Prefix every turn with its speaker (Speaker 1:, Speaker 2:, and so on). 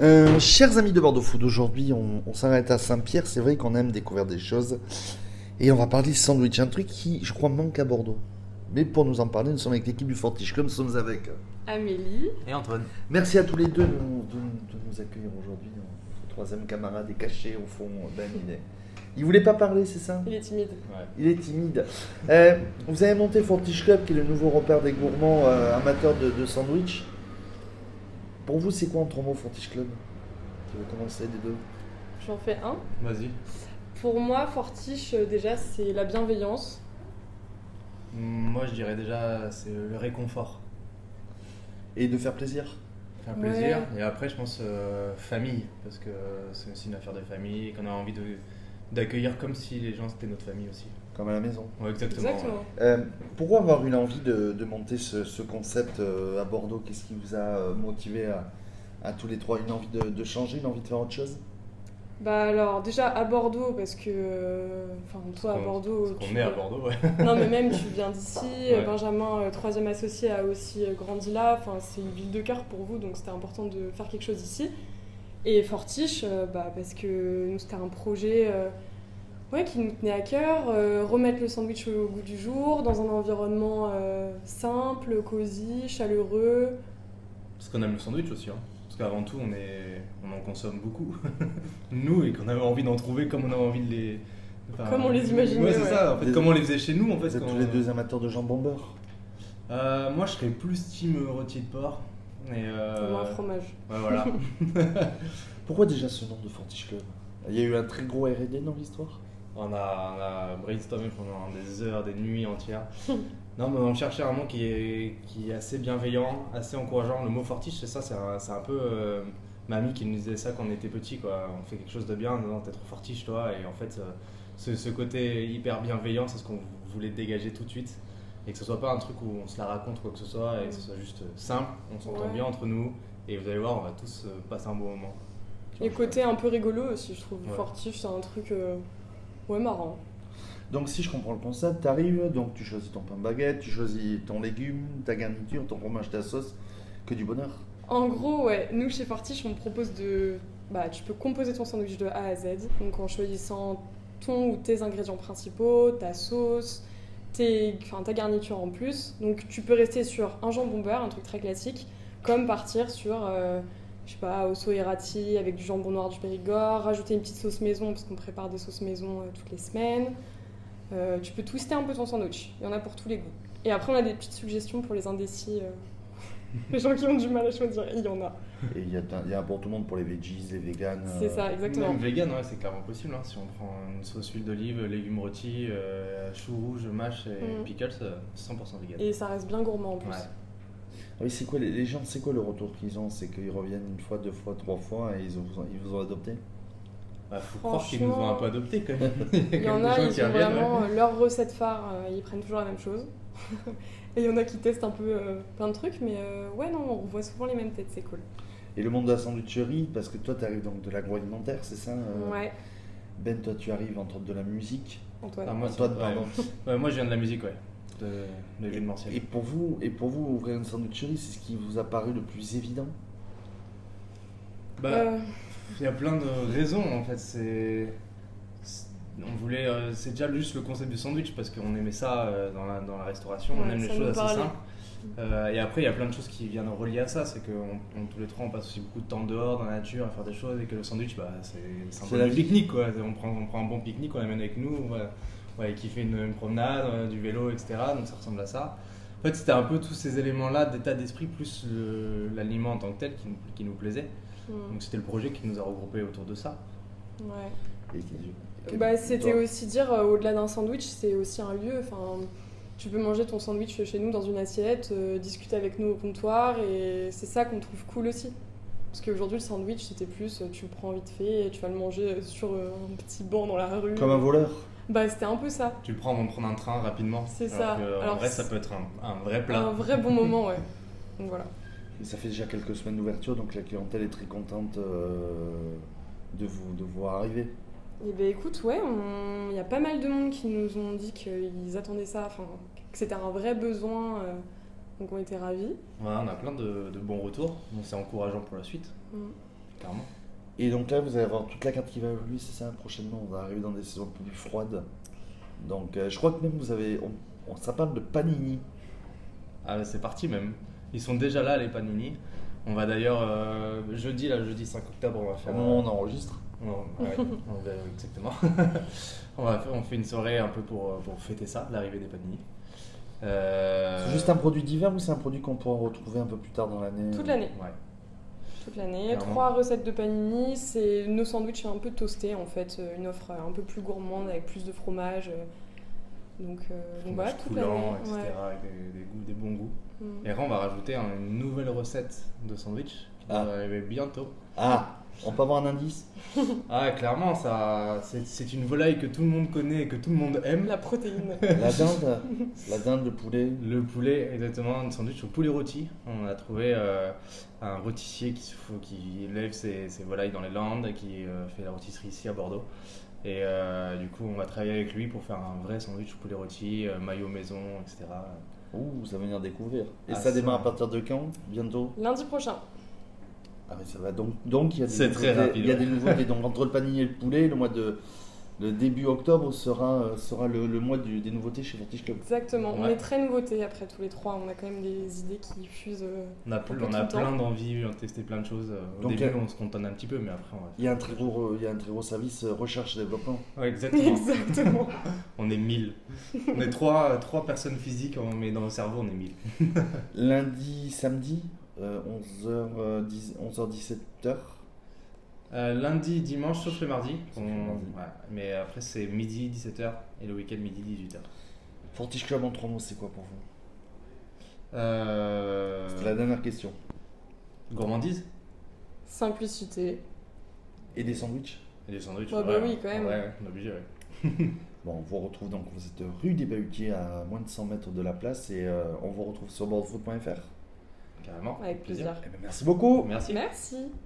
Speaker 1: Euh, chers amis de Bordeaux Food, aujourd'hui on, on s'arrête à Saint-Pierre. C'est vrai qu'on aime découvrir des choses. Et on va parler de sandwich, un truc qui, je crois, manque à Bordeaux. Mais pour nous en parler, nous sommes avec l'équipe du Fortiche Club, nous sommes avec. euh,
Speaker 2: Amélie.
Speaker 3: Et Antoine
Speaker 1: Merci à tous les deux de nous, de nous- de nous accueillir aujourd'hui. euh, Notre troisième camarade est caché au fond d'un il est- Il voulait pas parler, c'est ça
Speaker 2: Il est timide.
Speaker 1: Il est timide. Euh, vous avez monté Fortiche Club, qui est le nouveau repère des gourmands euh, amateurs de, de sandwich. Pour vous, c'est quoi en trois mots Fortiche Club Je vais commencer des deux.
Speaker 2: J'en fais un.
Speaker 3: Vas-y.
Speaker 2: Pour moi, Fortiche, euh, déjà, c'est la bienveillance.
Speaker 3: Moi, je dirais déjà, c'est le réconfort.
Speaker 1: Et de faire plaisir.
Speaker 3: Faire
Speaker 2: Ouais.
Speaker 3: plaisir. Et après, je pense euh, famille, parce que euh, c'est aussi une affaire de famille et qu'on a envie de- d'accueillir comme si les gens c'était notre famille aussi.
Speaker 1: Comme à la maison.
Speaker 3: Ouais, exactement. ouais.
Speaker 1: Euh, pourquoi avoir eu l'envie de, de monter ce, ce concept euh, à Bordeaux Qu'est-ce qui vous a euh, motivé à, à tous les trois Une envie de, de changer, une envie de faire autre chose
Speaker 2: Bah alors, déjà à Bordeaux, parce que. euh, Enfin, toi à
Speaker 3: qu'on-
Speaker 2: Bordeaux.
Speaker 3: Parce qu'on
Speaker 2: tu-
Speaker 3: est à Bordeaux, ouais.
Speaker 2: Non, mais même, tu viens d'ici.
Speaker 3: Ouais.
Speaker 2: Benjamin, euh, troisième associé, a aussi euh, grandi là. Enfin, c'est une ville de cœur pour vous, donc c'était important de faire quelque chose ici. Et Fortiche, euh, bah, parce que nous, c'était un projet euh, ouais, qui nous tenait à cœur. euh, remettre le sandwich au goût du jour, dans un environnement euh, simple, cosy, chaleureux.
Speaker 3: Parce qu'on aime le sandwich aussi. Hein. Parce qu'avant tout, on, est... on en consomme beaucoup, nous, et qu'on avait envie d'en trouver comme on avait envie de les. enfin,
Speaker 2: Comme on les imaginait,
Speaker 3: Ouais, c'est
Speaker 2: ouais.
Speaker 3: ça. En fait,
Speaker 1: Des-
Speaker 3: comme on les faisait chez nous, en fait.
Speaker 1: Vous êtes
Speaker 3: quand-
Speaker 1: tous les deux amateurs de jambon beurre.
Speaker 3: Euh, moi, je serais plus team rôti de porc. Et, euh,
Speaker 2: Ou un fromage.
Speaker 3: ouais, voilà.
Speaker 1: Pourquoi déjà ce nom de Fortiche Club Il y a eu un très gros RD dans l'histoire
Speaker 3: On a, on a brainstormé pendant des heures, des nuits entières. non, mais on cherchait un mot qui est, qui est assez bienveillant, assez encourageant. Le mot fortiche, c'est ça, c'est un, c'est un peu euh, mamie qui nous disait ça quand on était petit, quoi. On fait quelque chose de bien, non, t'es trop fortiche, toi. Et en fait, euh, ce, ce côté hyper bienveillant, c'est ce qu'on voulait dégager tout de suite. Et que ce soit pas un truc où on se la raconte, quoi que ce soit, et que ce soit juste simple, on s'entend
Speaker 2: Ouais.
Speaker 3: bien entre nous. Et vous allez voir, on va tous euh, passer un bon moment.
Speaker 2: Et côté un peu rigolo aussi, je trouve.
Speaker 3: Ouais.
Speaker 2: Fortiche, c'est un truc. euh, ouais, marrant.
Speaker 1: Donc si je comprends le concept, t'arrives, donc tu choisis ton pain baguette, tu choisis ton légume, ta garniture, ton fromage, ta sauce, que du bonheur.
Speaker 2: En gros, ouais, nous chez Fortiche, on propose de. Bah, tu peux composer ton sandwich de A à Z, donc en choisissant ton ou tes ingrédients principaux, ta sauce, tes, enfin, ta garniture en plus. Donc tu peux rester sur un jambon beurre, un truc très classique, comme partir sur, euh, je sais pas, osso errati avec du jambon noir du Périgord, rajouter une petite sauce maison, parce qu'on prépare des sauces maison euh, toutes les semaines. Euh, tu peux twister un peu ton sandwich, il y en a pour tous les goûts. Et après, on a des petites suggestions pour les indécis. euh, les gens qui ont du mal à choisir, il y en a.
Speaker 1: Et il y, a- il y a pour tout le monde, pour les veggies, les véganes.
Speaker 2: C'est ça, exactement.
Speaker 3: Euh, Même vegan, ouais, c'est clairement possible. hein. Si on prend une sauce huile d'olive, légumes rôtis, euh, choux rouges, mâches et
Speaker 2: Mm.
Speaker 3: pickles, euh, 100% vegan.
Speaker 2: Et ça reste bien gourmand en plus.
Speaker 3: Ouais.
Speaker 1: Oui, c'est quoi les, les gens, c'est quoi le retour qu'ils ont C'est qu'ils reviennent une fois, deux fois, trois fois et ils vous ont, ils vous ont adopté
Speaker 3: Bah, faut croire qu'ils nous ont un peu adoptés quand même.
Speaker 2: Il y
Speaker 3: quand
Speaker 2: en
Speaker 3: même
Speaker 2: a,
Speaker 3: des gens
Speaker 2: ils
Speaker 3: qui
Speaker 2: ont
Speaker 3: reviennent,
Speaker 2: vraiment
Speaker 3: ouais.
Speaker 2: euh, leur recette phare, euh, ils prennent toujours la même chose. Et il y en a qui testent un peu euh, plein de trucs, mais euh, ouais, non, on voit souvent les mêmes têtes, c'est cool.
Speaker 1: Et le monde de la sandwicherie, parce que toi, tu arrives donc de l'agroalimentaire, c'est ça euh,
Speaker 2: Ouais,
Speaker 1: Ben, toi, tu arrives entre autres de la musique.
Speaker 3: Ah,
Speaker 2: Antoine.
Speaker 3: moi,
Speaker 1: Antoine,
Speaker 3: c'est- ouais.
Speaker 1: pardon.
Speaker 3: Ouais, moi, je viens de la musique, ouais. De l'événementiel.
Speaker 1: Et pour vous, et pour vous, ouvrir une sandwicherie, c'est ce qui vous a paru le plus évident.
Speaker 3: Bah,
Speaker 2: Euh,
Speaker 3: Il y a plein de raisons en fait. C'est c'est- on voulait, euh, c'est déjà juste le concept du sandwich parce qu'on aimait ça euh, dans, la, dans la restauration. on
Speaker 2: Ouais,
Speaker 3: aime les
Speaker 2: ça nous
Speaker 3: choses assez
Speaker 2: parlait.
Speaker 3: simples. Euh, et après, il y a plein de choses qui viennent relier à ça. C'est que on- on- tous les trois, on passe aussi beaucoup de temps dehors, dans la nature, à faire des choses, et que le sandwich, bah, c'est c'est un
Speaker 1: C'est
Speaker 3: peu
Speaker 1: la
Speaker 3: du
Speaker 1: vie.
Speaker 3: pique-nique quoi. On prend, on prend un bon pique-nique, on l'amène avec nous, voilà. on va aller kiffer une, une promenade, euh, du vélo, etc. Donc ça ressemble à ça. En fait, c'était un peu tous ces éléments-là d'état d'esprit plus le- l'aliment en tant que tel qui nous- qui nous plaisait.
Speaker 2: hmm,
Speaker 3: Donc c'était le projet qui nous a regroupés autour de ça.
Speaker 2: ouais.
Speaker 1: Et- et-
Speaker 2: Bah,
Speaker 1: et
Speaker 2: c'était
Speaker 1: toi
Speaker 2: aussi dire, euh, au-delà d'un sandwich, c'est aussi un lieu. Enfin, tu peux manger ton sandwich chez nous dans une assiette, euh, discuter avec nous au comptoir, et c'est ça qu'on trouve cool aussi. Parce qu'aujourd'hui, le sandwich, c'était plus, euh, tu le prends vite fait, et tu vas le manger euh, sur euh, un petit banc dans la rue.
Speaker 1: Comme un voleur.
Speaker 2: Bah, c'était un peu ça.
Speaker 3: Tu le prends avant de prendre un train rapidement.
Speaker 2: C'est ça.
Speaker 3: alors que, en
Speaker 2: Alors, Ah.
Speaker 3: vrai,
Speaker 2: c'est-
Speaker 3: ça peut être un, un vrai
Speaker 2: Un
Speaker 3: plat.
Speaker 2: vrai bon moment, ouais. Donc voilà.
Speaker 1: Et ça fait déjà quelques semaines d'ouverture, donc la clientèle est très contente euh, de vous de vous voir arriver.
Speaker 2: Et ben écoute, ouais, on- il y a pas mal de monde qui nous ont dit qu'ils attendaient ça, enfin, que c'était un vrai besoin, euh, donc on était ravis.
Speaker 3: Voilà, on a plein de, de bons retours. Donc c'est encourageant pour la suite.
Speaker 2: Mm.
Speaker 3: clairement.
Speaker 1: Et donc là, vous allez avoir toute la carte qui va avec lui, c'est ça, prochainement. On va arriver dans des saisons un peu plus froides. Donc euh, je crois que même vous avez. On, on- ça parle de panini.
Speaker 3: Ah, c'est parti même. Ils sont déjà là, les Panini. On va d'ailleurs, euh, jeudi, là, jeudi 5 octobre, on va
Speaker 1: Au
Speaker 3: faire.
Speaker 1: moment où on enregistre.
Speaker 3: Non, ouais, on verra exactement. on, va faire- on fait une soirée un peu pour, euh, pour fêter ça, l'arrivée des Panini. Euh,
Speaker 1: C'est juste un produit divers ou c'est un produit qu'on pourra retrouver un peu plus tard dans l'année euh
Speaker 2: Toute l'année.
Speaker 3: Ouais.
Speaker 2: Toute l'année.
Speaker 3: Clairement.
Speaker 2: Trois recettes de panini. C'est nos sandwichs un peu toastés, en fait. euh, Une offre euh, un peu plus gourmande avec plus de fromage. euh. Donc, euh, donc voilà,
Speaker 3: Fromage
Speaker 2: toute l'année.
Speaker 3: coulant, etc.
Speaker 2: ouais.
Speaker 3: avec des, des goûts, des bons goûts.
Speaker 2: Mm.
Speaker 3: Et après, on va rajouter un- une nouvelle recette de sandwich qui
Speaker 1: Ah.
Speaker 3: va arriver bientôt.
Speaker 1: Ah On peut avoir un indice
Speaker 3: Ah, clairement, ça, c'est, c'est une volaille que tout le monde connaît et que tout le monde aime.
Speaker 2: La protéine.
Speaker 1: La dinde La dinde, le poulet
Speaker 3: Le poulet, exactement, un sandwich au poulet rôti. On a trouvé euh, un rôtissier qui, se fout- qui élève ses, ses volailles dans les Landes, qui euh, fait la rôtisserie ici à Bordeaux. Et euh, du coup, on va travailler avec lui pour faire un vrai sandwich au poulet rôti, euh, maillot maison, etc.
Speaker 1: Ouh, ça va venir découvrir. Et
Speaker 3: Ah,
Speaker 1: ça démarre à
Speaker 3: ça.
Speaker 1: partir de quand Bientôt
Speaker 2: Lundi prochain.
Speaker 1: Ah mais ça va donc donc il y a des
Speaker 3: C'est très
Speaker 1: nouveautés-
Speaker 3: rapide,
Speaker 1: Il y a
Speaker 3: ouais.
Speaker 1: des nouveautés donc entre le panini et le poulet le mois de le début octobre sera euh, sera le, le mois du- des nouveautés chez Fortiche Club.
Speaker 2: Exactement. On
Speaker 3: Ouais.
Speaker 2: est très nouveauté après tous les trois. On a quand même des idées qui fusent. euh,
Speaker 3: On a,
Speaker 2: peut
Speaker 3: on a
Speaker 2: tout le temps.
Speaker 3: plein d'envie, on a testé plein de choses. Au
Speaker 1: Donc,
Speaker 3: début,
Speaker 1: euh,
Speaker 3: on se cantonne un petit peu, mais après, on va
Speaker 1: Il y a un très gros euh, il y a un très gros service euh, recherche et développement.
Speaker 3: Ouais, exactement.
Speaker 2: Exactement.
Speaker 3: on est 1000. On est trois, trois personnes physiques, on- mais dans le cerveau, on est 1000.
Speaker 1: Lundi samedi euh, 11h 11h17h.
Speaker 3: Euh, lundi, dimanche, sauf le mardi.
Speaker 1: Sauf
Speaker 3: On-
Speaker 1: le mardi.
Speaker 3: ouais. Mais après, c'est midi 17h et le week-end midi 18h.
Speaker 1: Fortiche Club en trois mots c'est quoi pour vous
Speaker 3: Euh...
Speaker 1: C'était la dernière question.
Speaker 3: Gourmandise
Speaker 2: Simplicité.
Speaker 1: Et des sandwichs
Speaker 3: Et des sandwichs
Speaker 2: Ouais,
Speaker 3: en
Speaker 2: bah
Speaker 3: vrai,
Speaker 2: oui,
Speaker 3: hein.
Speaker 2: quand même.
Speaker 3: Ouais, ouais, on est obligé, ouais.
Speaker 1: Bon, on vous retrouve donc vous êtes rue des Bahutiers à moins de 100 mètres de la place et euh, on vous retrouve sur bordefoot.fr.
Speaker 3: Carrément.
Speaker 2: Avec plaisir.
Speaker 1: Eh ben, Merci beaucoup.
Speaker 3: Merci.
Speaker 2: Merci.